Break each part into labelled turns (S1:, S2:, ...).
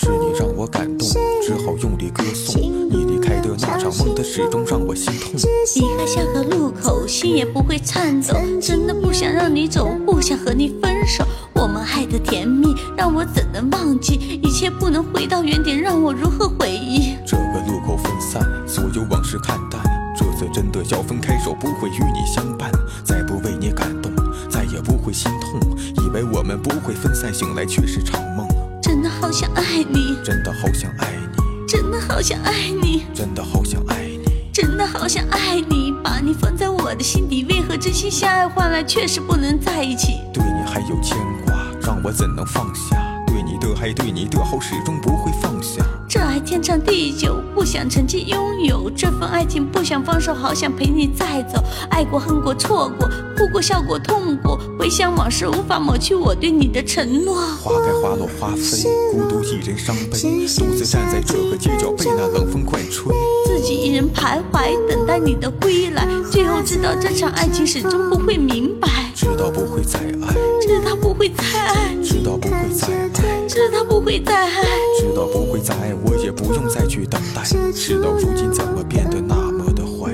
S1: 你让我感动，只好用力歌颂。你离开的那场梦，它始终让我心痛。
S2: 离开下个路口，心也不会颤抖。真的不想让你走，不想和你分手。我们爱的甜蜜，让我怎能忘记？一切不能回到原点，让我如何回忆？
S1: 这个路口分散，所有往事看淡。这次真的要分开，手不会与你相伴。再不为你感动，再也不会心痛。以为我们不会分散，醒来却是场梦。
S2: 真的好想爱你，
S1: 真的好想爱你，
S2: 真的好想爱你，
S1: 真的好想爱你，
S2: 真的好想爱你。把你放在我的心底，为何真心相爱换来却是不能在一起？
S1: 对你还有牵挂，让我怎能放下？对你的爱，对你的好，始终不会放下。
S2: 这爱天长地久，不想曾经拥有这份爱情，不想放手，好想陪你再走。爱过、恨过、错过，哭过、笑过、痛过，回想往事，无法抹去我对你的承诺。
S1: 花开花落花飞，孤独一人伤悲，独自站在这个街角，被那冷风灌吹。
S2: 自己一人徘徊，等待你的归来，最后知道这场爱情始终不会明白，
S1: 知道不会再爱，
S2: 知道不会再爱，
S1: 知道不会再爱，
S2: 知道不会再爱，
S1: 知道不会再爱，我也不用再去等待。事到如今，怎么变得那么的坏？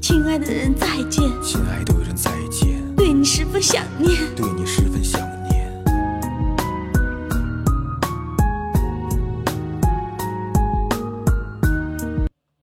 S2: 亲爱的人再见，
S1: 亲爱的人再见，
S2: 对你十分想念，
S1: 对你十分想。